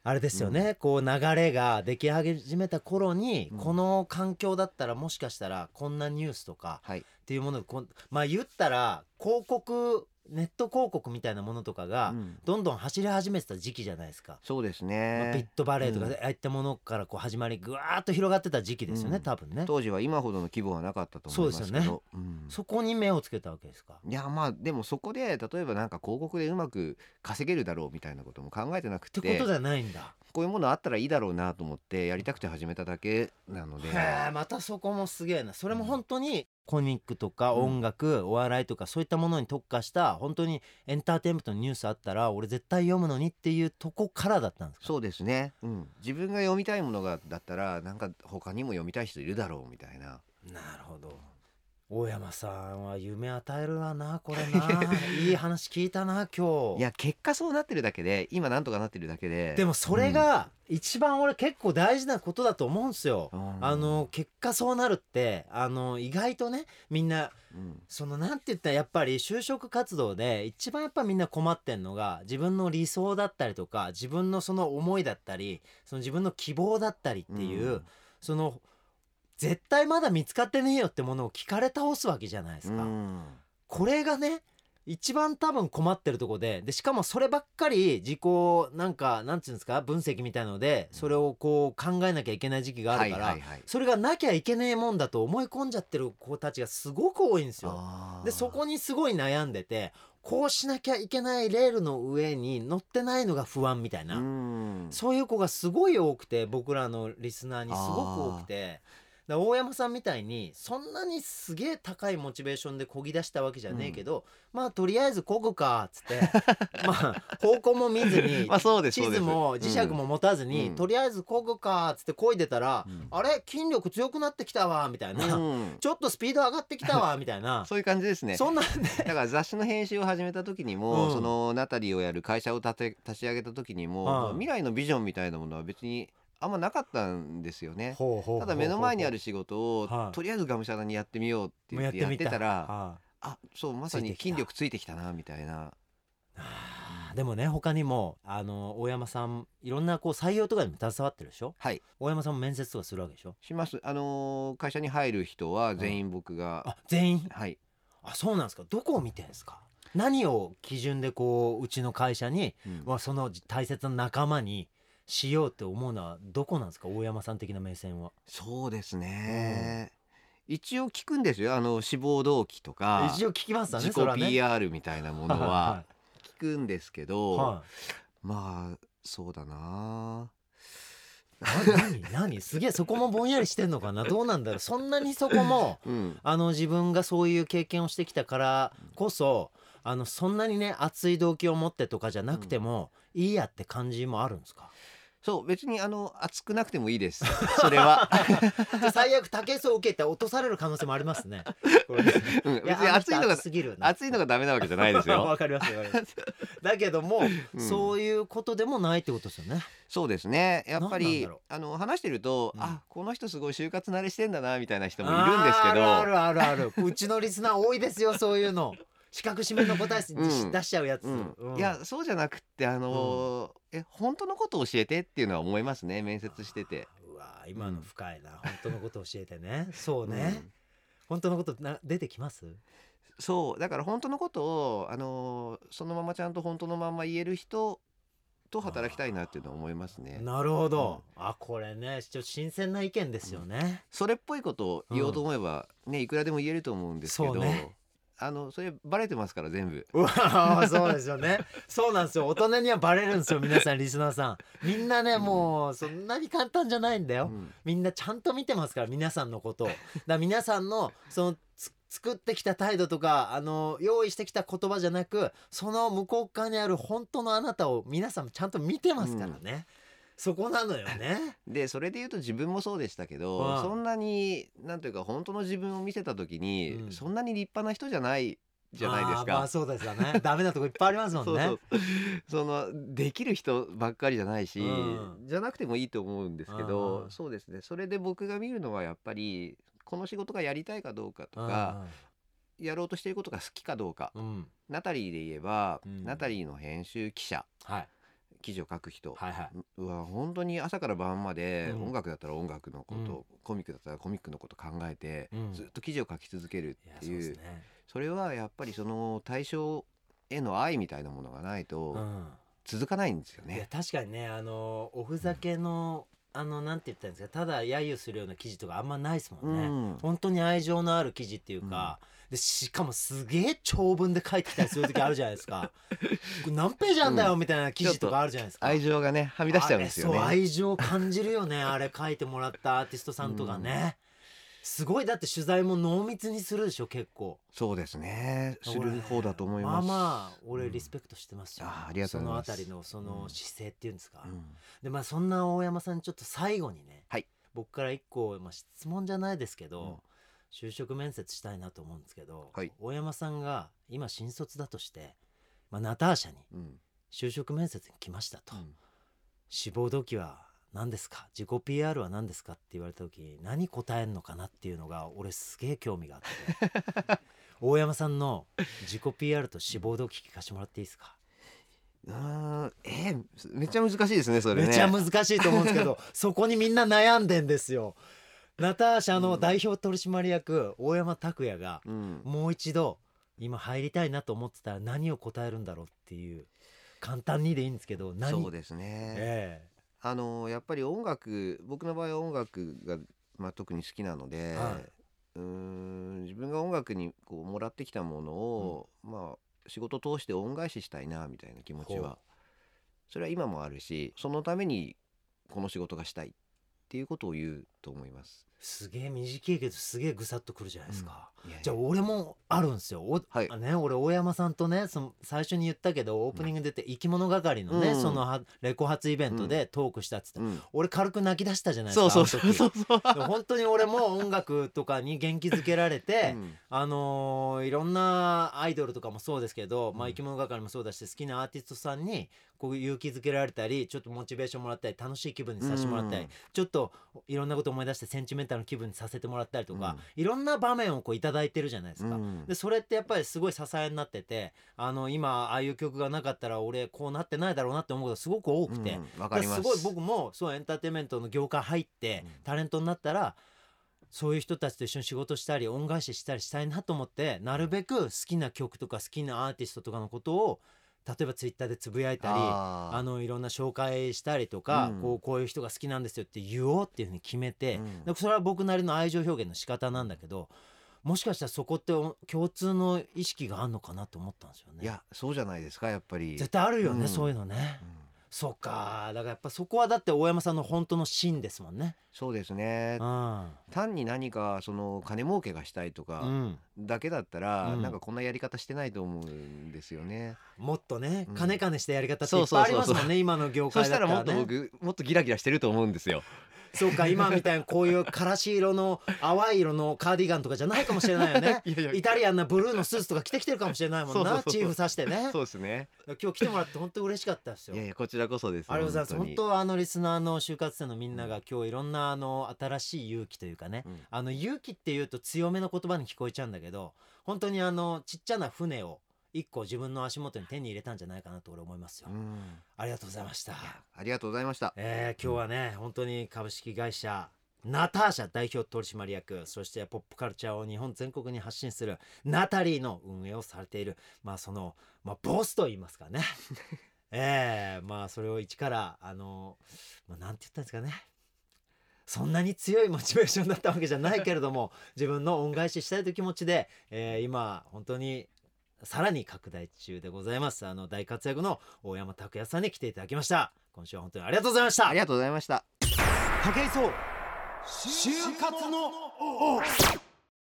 [SPEAKER 1] あれですよね、こう流れが出来始めた頃に、
[SPEAKER 2] うん
[SPEAKER 1] この環境だったらもしかしたらこんなニュースとか
[SPEAKER 2] はい
[SPEAKER 1] っていうものこんまあ言ったら広告ネット広告みたいなものとかが、
[SPEAKER 2] うん
[SPEAKER 1] どんどん走り始めてた時期じゃないですか。
[SPEAKER 2] そうです
[SPEAKER 1] まあビッ
[SPEAKER 2] ね
[SPEAKER 1] トバレーとか
[SPEAKER 2] うん
[SPEAKER 1] ああいったものからこう始まりぐわーっと広がってた時期ですよね、
[SPEAKER 2] うん
[SPEAKER 1] 多分ね
[SPEAKER 2] 当時は今ほどの規模はなかったと思いますけど
[SPEAKER 1] そうですよ
[SPEAKER 2] うん
[SPEAKER 1] そこに目をつけたわけですか
[SPEAKER 2] いやまあでもそこで例えばなんか広告でうまく稼げるだろうみたいなことも考えてなく
[SPEAKER 1] って
[SPEAKER 2] て
[SPEAKER 1] ことじゃないんだ
[SPEAKER 2] こういうものあったらいいだろうなと思ってやりたくて始めただけなので
[SPEAKER 1] へえまたそこもすげえなそれも本当にコミックとか音楽、お笑いとかそういったものに特化した本当にエンターテインメントのニュースあったら俺絶対読むのにっていうとこからだったんですか
[SPEAKER 2] そうですね、うん、自分が読みたいものがだったらなんか他にも読みたい人いるだろうみたいな
[SPEAKER 1] なるほど大山さんは夢与えるわなこれ
[SPEAKER 2] [laughs]
[SPEAKER 1] ないい話聞いたな今日
[SPEAKER 2] いや結果そうなってるだけで今なんとかなってるだけで
[SPEAKER 1] でもそれが一番俺結構大事なことだと思うんですよ、
[SPEAKER 2] うん
[SPEAKER 1] あの結果そうなるってあの意外とねみんな
[SPEAKER 2] うん
[SPEAKER 1] そのなんて言ったらやっぱり就職活動で一番やっぱみんな困ってんのが自分の理想だったりとか自分のその思いだったりその自分の希望だったりっていう、
[SPEAKER 2] うん
[SPEAKER 1] その絶対まだ見つかってねえよってものを聞かれ倒すわけじゃないですか。
[SPEAKER 2] うん
[SPEAKER 1] これがね一番多分困ってるとこででしかもそればっかり自己なんかなんていうんですか分析みたいのでそれをこう考えなきゃいけない時期があるから、
[SPEAKER 2] はいはいはい、
[SPEAKER 1] それがなきゃいけねえもんだと思い込んじゃってる子たちがすごく多いんですよ。
[SPEAKER 2] あー
[SPEAKER 1] でそこにすごい悩んでてこうしなきゃいけないレールの上に乗ってないのが不安みたいな、
[SPEAKER 2] うん
[SPEAKER 1] そういう子がすごい多くて僕らのリスナーにすごく多くて。だから大山さんみたいにそんなにすげえ高いモチベーションでこぎ出したわけじゃねえけど、まあとりあえずこぐかっつって
[SPEAKER 2] [laughs]
[SPEAKER 1] まあ方向も見ずに
[SPEAKER 2] まあそうです
[SPEAKER 1] 地図も磁石も、持たずに、
[SPEAKER 2] うん
[SPEAKER 1] とりあえずこぐかっつってこいでたら、
[SPEAKER 2] そうですうん
[SPEAKER 1] あれ筋力強くなってきたわみたいな、
[SPEAKER 2] うん
[SPEAKER 1] ちょっとスピード上がってきたわみ [laughs] たいな
[SPEAKER 2] [laughs] そういう感じですね
[SPEAKER 1] そんなね
[SPEAKER 2] だから雑誌の編集を始めた時にも、
[SPEAKER 1] うん
[SPEAKER 2] そのナタリーをやる会社を立て立ち上げた時にも、
[SPEAKER 1] はい
[SPEAKER 2] 未来のビジョンみたいなものは別にあんまなかったんですよね。た
[SPEAKER 1] た
[SPEAKER 2] だ目の前にあ
[SPEAKER 1] る
[SPEAKER 2] る仕事を、
[SPEAKER 1] はい
[SPEAKER 2] とりあえずがむしゃらにやってみようって言ってやってたらあそうまさに筋力ついてきたなみたいな
[SPEAKER 1] あーでもね他にもあの大山さんいろんなこう採用とかにも携わってるでしょ
[SPEAKER 2] はい
[SPEAKER 1] 大山さんも面接とかするわけでしょ
[SPEAKER 2] しますあのー会社に入る人は全員僕が、
[SPEAKER 1] あ全員
[SPEAKER 2] はい
[SPEAKER 1] あそうなんですかどこを見てんですか何を基準でこううちの会社に、
[SPEAKER 2] うん
[SPEAKER 1] まあ、その大切な仲間にしようって思うのはどこなんですか大山さん的な目線は
[SPEAKER 2] そうですね、一応聞くんですよあの志望動機とか
[SPEAKER 1] 一応聞きましたね
[SPEAKER 2] 自己
[SPEAKER 1] それはね
[SPEAKER 2] PR みたいなも
[SPEAKER 1] [laughs]
[SPEAKER 2] のは聞くんですけど、
[SPEAKER 1] は、
[SPEAKER 2] まあそうだない
[SPEAKER 1] 何何 [laughs] すげえそこもぼんやりしてんのかなどうなんだろうそんなにそこも
[SPEAKER 2] うん
[SPEAKER 1] あの自分がそういう経験をしてきたからこそあのそんなにね熱い動機を持ってとかじゃなくても、いいやって感じもあるんです
[SPEAKER 2] [laughs]
[SPEAKER 1] か
[SPEAKER 2] そう別にあの熱くなくてもいいですそれ
[SPEAKER 1] [laughs]
[SPEAKER 2] は、
[SPEAKER 1] じゃあ最悪竹磯を受けて落とされる可能性もあります
[SPEAKER 2] [laughs]
[SPEAKER 1] ね。これね
[SPEAKER 2] うん
[SPEAKER 1] い
[SPEAKER 2] 別
[SPEAKER 1] や
[SPEAKER 2] に熱いの
[SPEAKER 1] あ
[SPEAKER 2] が
[SPEAKER 1] 人すぎるな
[SPEAKER 2] 熱いのがダメなわけじゃないです
[SPEAKER 1] [laughs]
[SPEAKER 2] よ
[SPEAKER 1] わかりますわかります。だけども、
[SPEAKER 2] うん
[SPEAKER 1] そういうことでもないってことですよね。
[SPEAKER 2] そうですねや
[SPEAKER 1] な
[SPEAKER 2] っぱ
[SPEAKER 1] んなんだ
[SPEAKER 2] り
[SPEAKER 1] ろ
[SPEAKER 2] あの話してると、
[SPEAKER 1] うん
[SPEAKER 2] あこの人すごい就活慣れしてんだなみたいな人もいるんですけど
[SPEAKER 1] あーあるあるあるある。うちのリスナー多いですよそういうの。四角締めの答えし、
[SPEAKER 2] うん
[SPEAKER 1] 出しちゃうやつ。
[SPEAKER 2] うん
[SPEAKER 1] うん
[SPEAKER 2] いやそうじゃなくってあのーえ本当のことを教えてっていうのは思いますね面接してて。
[SPEAKER 1] うわー今の深いな、本当のこと教えてねそうね、
[SPEAKER 2] うん
[SPEAKER 1] 本当のことな出てきます
[SPEAKER 2] そうだから本当のことをあのーそのままちゃんと本当のまま言える人と働きたいなっていうのは思いますね。
[SPEAKER 1] なるほど、あこれねちょっと新鮮な意見ですよね、
[SPEAKER 2] それっぽいことを言おうと思えば、ねいくらでも言えると思うんですけ
[SPEAKER 1] そ
[SPEAKER 2] ど、
[SPEAKER 1] うね
[SPEAKER 2] あのそれバレてますから全部。
[SPEAKER 1] [laughs] うわーそうですよねそうなんですよ大人にはバレるんですよ皆さんリスナーさんみんなね、
[SPEAKER 2] うん
[SPEAKER 1] もうそんなに簡単じゃないんだよ、
[SPEAKER 2] うん
[SPEAKER 1] みんなちゃんと見てますから皆さんのことをだから皆さんのそのつ作ってきた態度とかあの用意してきた言葉じゃなくその向こう側にある本当のあなたを皆さんちゃんと見てますからね、そこなのよね
[SPEAKER 2] でそれで言うと自分もそうでしたけど、
[SPEAKER 1] はい
[SPEAKER 2] そんなになんというか本当の自分を見せた時に、
[SPEAKER 1] うん
[SPEAKER 2] そんなに立派な人じゃない [laughs] じゃないです
[SPEAKER 1] あー
[SPEAKER 2] か。
[SPEAKER 1] まあそうですよねダメなとこいっぱいありますもんね
[SPEAKER 2] [laughs] そうそうそのできる人ばっかりじゃないし、
[SPEAKER 1] うん
[SPEAKER 2] じゃなくてもいいと思うんですけ
[SPEAKER 1] うん
[SPEAKER 2] ど
[SPEAKER 1] うん
[SPEAKER 2] そうですねそれで僕が見るのはやっぱりこの仕事がやりたいかどうかとか、やろうとしていることが好きかどうか、
[SPEAKER 1] うんうん
[SPEAKER 2] ナタリーで言えば、
[SPEAKER 1] うん
[SPEAKER 2] ナタリーの編集記者
[SPEAKER 1] はい、
[SPEAKER 2] 記事を書く人
[SPEAKER 1] はいはいう
[SPEAKER 2] わ本当に朝から晩まで、
[SPEAKER 1] うん
[SPEAKER 2] 音楽だったら音楽のこと、コミックだったらコミックのこと考えて、
[SPEAKER 1] うん
[SPEAKER 2] ずっと記事を書き続ける
[SPEAKER 1] いや
[SPEAKER 2] って
[SPEAKER 1] そうで
[SPEAKER 2] いう
[SPEAKER 1] すね、
[SPEAKER 2] それはやっぱりその対象への愛みたいなものがないと、
[SPEAKER 1] うん
[SPEAKER 2] 続かないんですよ
[SPEAKER 1] いや
[SPEAKER 2] ね。
[SPEAKER 1] 確かにねあのおふざけの、あのなんて言ったんですかただ揶揄するような記事とかあんまないですもんね、
[SPEAKER 2] うん
[SPEAKER 1] 本当に愛情のある記事っていうか、でしかもすげえ長文で書いてきたりする時あるじゃないです
[SPEAKER 2] [laughs]
[SPEAKER 1] かこれ何ページあんだよみたいな記事とかあるじゃないですか、
[SPEAKER 2] 愛情がねはみ出しちゃうんですよ
[SPEAKER 1] あれそう
[SPEAKER 2] ね。
[SPEAKER 1] 愛情感じるよねあれ書いてもらったアーティストさんとかね、すごいだって取材も濃密にするでしょ結構
[SPEAKER 2] そうですね。する方だと思い
[SPEAKER 1] まあ
[SPEAKER 2] ます。
[SPEAKER 1] まあ俺リス
[SPEAKER 2] ペ
[SPEAKER 1] ペクトしてますよ、
[SPEAKER 2] あーありがとうございます
[SPEAKER 1] そのあたりのその姿勢っていうんですか、
[SPEAKER 2] うん
[SPEAKER 1] でまあそんな大山さんちょっと最後にね、
[SPEAKER 2] はい
[SPEAKER 1] 僕から一個、まあ、質問じゃないですけど、就職面接したいなと思うんですけど、
[SPEAKER 2] はい
[SPEAKER 1] 大山さんが今新卒だとして、まあ、ナターシャに
[SPEAKER 2] うん
[SPEAKER 1] 就職面接に来ましたと、
[SPEAKER 2] うん
[SPEAKER 1] 志望動機は何ですか自己 PR は何ですかって言われた時何答えんのかなっていうのが俺すげえ興味があって
[SPEAKER 2] [laughs]
[SPEAKER 1] 大山さんの自己 PR と志望動機聞かせてもらっていいですか
[SPEAKER 2] あーえーめっちゃ難しいですねそれね。 [laughs]
[SPEAKER 1] めちゃ難しいと思うんですけどそこにみんな悩んでんですよナターシャの代表取締役大山拓也が
[SPEAKER 2] うん、
[SPEAKER 1] もう一度今入りたいなと思ってたら何を答えるんだろうっていう簡単にでいいんですけど何
[SPEAKER 2] そうですね、
[SPEAKER 1] え
[SPEAKER 2] あのやっぱり音楽僕の場合は音楽が、まあ、特に好きなので、
[SPEAKER 1] はいう
[SPEAKER 2] ーん自分が音楽にこうもらってきたものを、まあ、仕事通して恩返ししたいなみたいな気持ち
[SPEAKER 1] ほう
[SPEAKER 2] はそれは今もあるしそのためにこの仕事がしたいっていうことを言うと思います。
[SPEAKER 1] えすげえ短いけどすげえぐさっとくるじゃないですか。
[SPEAKER 2] いやいや
[SPEAKER 1] じゃあ俺もあるんですよ。お
[SPEAKER 2] はい
[SPEAKER 1] ね、俺大山さんとねその最初に言ったけどオープニングで出て生き物係のね、
[SPEAKER 2] うん
[SPEAKER 1] そのはレコ発イベントでトークしたっつって、
[SPEAKER 2] うん
[SPEAKER 1] 俺軽く泣き出したじゃないです
[SPEAKER 2] そ
[SPEAKER 1] か
[SPEAKER 2] うそうそうそうそう。 [laughs]
[SPEAKER 1] あの時でも本当に俺も音楽とかに元気づけられて、
[SPEAKER 2] うん
[SPEAKER 1] あのーいろんなアイドルとかもそうですけど、まあ、
[SPEAKER 2] うん
[SPEAKER 1] 生き物係もそうだし好きなアーティストさんにこう勇気づけられたりちょっとモチベーションもらったり楽しい気分にさせてもらったり、
[SPEAKER 2] うん
[SPEAKER 1] ちょっといろんなこと思い出してセンチメンタルの気分にさせてもらったりとか、
[SPEAKER 2] う
[SPEAKER 1] いろんな場面をこういただいてるじゃないですか。
[SPEAKER 2] うん
[SPEAKER 1] でそれってやっぱりすごい支えになっててあの今ああいう曲がなかったら俺こうなってないだろうなって思うことがすごく多くて、
[SPEAKER 2] うんわかりま
[SPEAKER 1] だ
[SPEAKER 2] す
[SPEAKER 1] からすごい僕もそうエンターテインメントの業界入って、
[SPEAKER 2] うん
[SPEAKER 1] タレントになったらそういう人たちと一緒に仕事したり恩返ししたりしたいなと思ってなるべく好きな曲とか好きなアーティストとかのことを例えばツイッターでつぶやいたりあ
[SPEAKER 2] あー
[SPEAKER 1] のいろんな紹介したりとか、
[SPEAKER 2] うん
[SPEAKER 1] こうこういう人が好きなんですよって言おうっていうふうに決めて、
[SPEAKER 2] うん
[SPEAKER 1] でそれは僕なりの愛情表現の仕方なんだけどもしかしたらそこってお共通の意識があるのかなと思ったんですよね。
[SPEAKER 2] いやそうじゃないですかやっぱり。
[SPEAKER 1] 絶対あるよね、
[SPEAKER 2] うん
[SPEAKER 1] そういうのね。
[SPEAKER 2] うん
[SPEAKER 1] そっかだからやっぱそこはだって大山さんの本当の芯ですもんね。
[SPEAKER 2] そうですね
[SPEAKER 1] う。ん、
[SPEAKER 2] 単に何かその金儲けがしたいとか、
[SPEAKER 1] うん、
[SPEAKER 2] だけだったら、
[SPEAKER 1] うん
[SPEAKER 2] なんかこんなやり方してないと思うんですよね。
[SPEAKER 1] もっとね
[SPEAKER 2] うん
[SPEAKER 1] 金金したやり方ってい
[SPEAKER 2] そ
[SPEAKER 1] っ
[SPEAKER 2] う
[SPEAKER 1] ぱい
[SPEAKER 2] そう
[SPEAKER 1] あり
[SPEAKER 2] そうそう
[SPEAKER 1] ますもんね今の業
[SPEAKER 2] そ
[SPEAKER 1] 界
[SPEAKER 2] し
[SPEAKER 1] だ
[SPEAKER 2] た
[SPEAKER 1] った
[SPEAKER 2] らも
[SPEAKER 1] ら
[SPEAKER 2] っと
[SPEAKER 1] ね。
[SPEAKER 2] 僕もっとギラギラしてると思うんですよ。
[SPEAKER 1] そうか今みたいなこういうからし色の淡い色のカーディガンとかじゃないかもしれないよね
[SPEAKER 2] [laughs] 。いやいや
[SPEAKER 1] イタリアンなブルーのスーツとか着てきてるかもしれないもん
[SPEAKER 2] そうそう
[SPEAKER 1] な
[SPEAKER 2] そうそう
[SPEAKER 1] チーフさしてね
[SPEAKER 2] そうですね。
[SPEAKER 1] 今日来てもらって本当嬉しかったですよ
[SPEAKER 2] いやいやこちらこそです。
[SPEAKER 1] ありがとうございます
[SPEAKER 2] 本
[SPEAKER 1] 本当あのリスナーの就活生のみんなが今日いろんなあの新しい勇気というかね、
[SPEAKER 2] うん
[SPEAKER 1] あの勇気っていうと強めの言葉に聞こえちゃうんだけど本当にあのちっちゃな船を一個自分の足元に手に入れたんじゃないかなと俺思いますよ、
[SPEAKER 2] 当にうん
[SPEAKER 1] ありがとうございました
[SPEAKER 2] いやありがとうございました。
[SPEAKER 1] えー今日はね本当に株式会社ナターシャ代表取締役そしてポップカルチャーを日本全国に発信するナタリーの運営をされているまあその、まあ、ボスと言いますかねえー、まあそれを一からあの、まあ、なんて言ったんですかねそんなに強いモチベーションだったわけじゃないけれども [laughs] 自分の恩返ししたいという気持ちで、えー今本当にさらに拡大中でございますあの大活躍の大山拓也さんに来ていただきました今週は本当にありがとうございました
[SPEAKER 2] ありがとうございました。
[SPEAKER 1] 武井壮就活の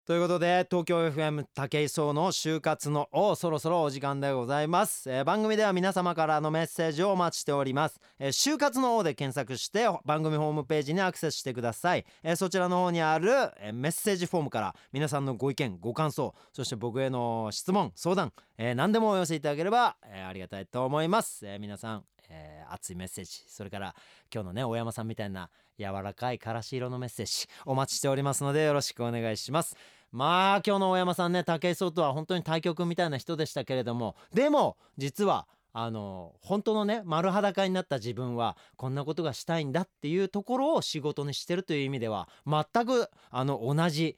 [SPEAKER 1] ということで東京 FM 武井壮の就活の王そろそろお時間でございます、えー番組では皆様からのメッセージをお待ちしております、えー就活の王で検索して番組ホームページにアクセスしてください、えーそちらの方にある、えーメッセージフォームから皆さんのご意見ご感想そして僕への質問相談、えー何でもお寄せいただければ、えーありがたいと思います、えー皆さん、えー熱いメッセージそれから今日のね大山さんみたいな柔らかいからし色のメッセージお待ちしておりますのでよろしくお願いしますまあ今日の大山さんね武井壮とは本当に対局みたいな人でしたけれどもでも実はあの本当のね丸裸になった自分はこんなことがしたいんだっていうところを仕事にしてるという意味では全くあの同じ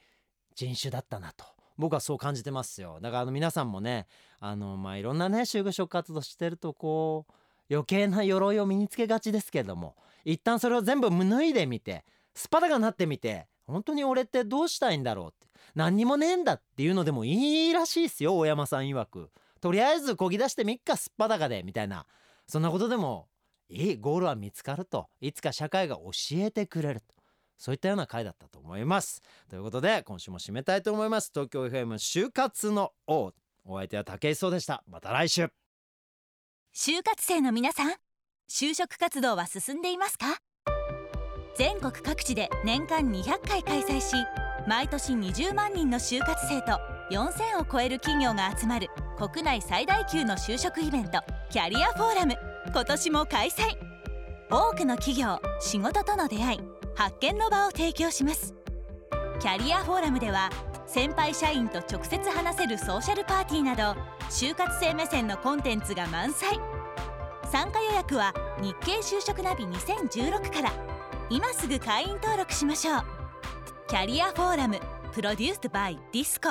[SPEAKER 1] 人種だったなと僕はそう感じてますよだからあの皆さんもねあのまあいろんなね就職活動してるとこう余計な鎧を身につけがちですけども一旦それを全部脱いでみてスパダがなってみて本当に俺ってどうしたいんだろうって何にもねえんだっていうのでもいいらしいですよ大山さん曰くとりあえずこぎ出してみっかすっぱだかでみたいなそんなことでもいいゴールは見つかるといつか社会が教えてくれるとそういったような回だったと思いますということで今週も締めたいと思います東京 FM 就活の王お相手は武井壮でしたまた来週
[SPEAKER 3] 就活生の皆さん就職活動は進んでいますか全国各地で年間200回開催し毎年20万人の就活生と4000を超える企業が集まる国内最大級の就職イベントキャリアフォーラム今年も開催多くの企業仕事との出会い発見の場を提供しますキャリアフォーラムでは先輩社員と直接話せるソーシャルパーティーなど就活生目線のコンテンツが満載参加予約は「日経就職ナビ2016」から今すぐ会員登録しましょうキャリアフォーラムプロデュース by ディスコ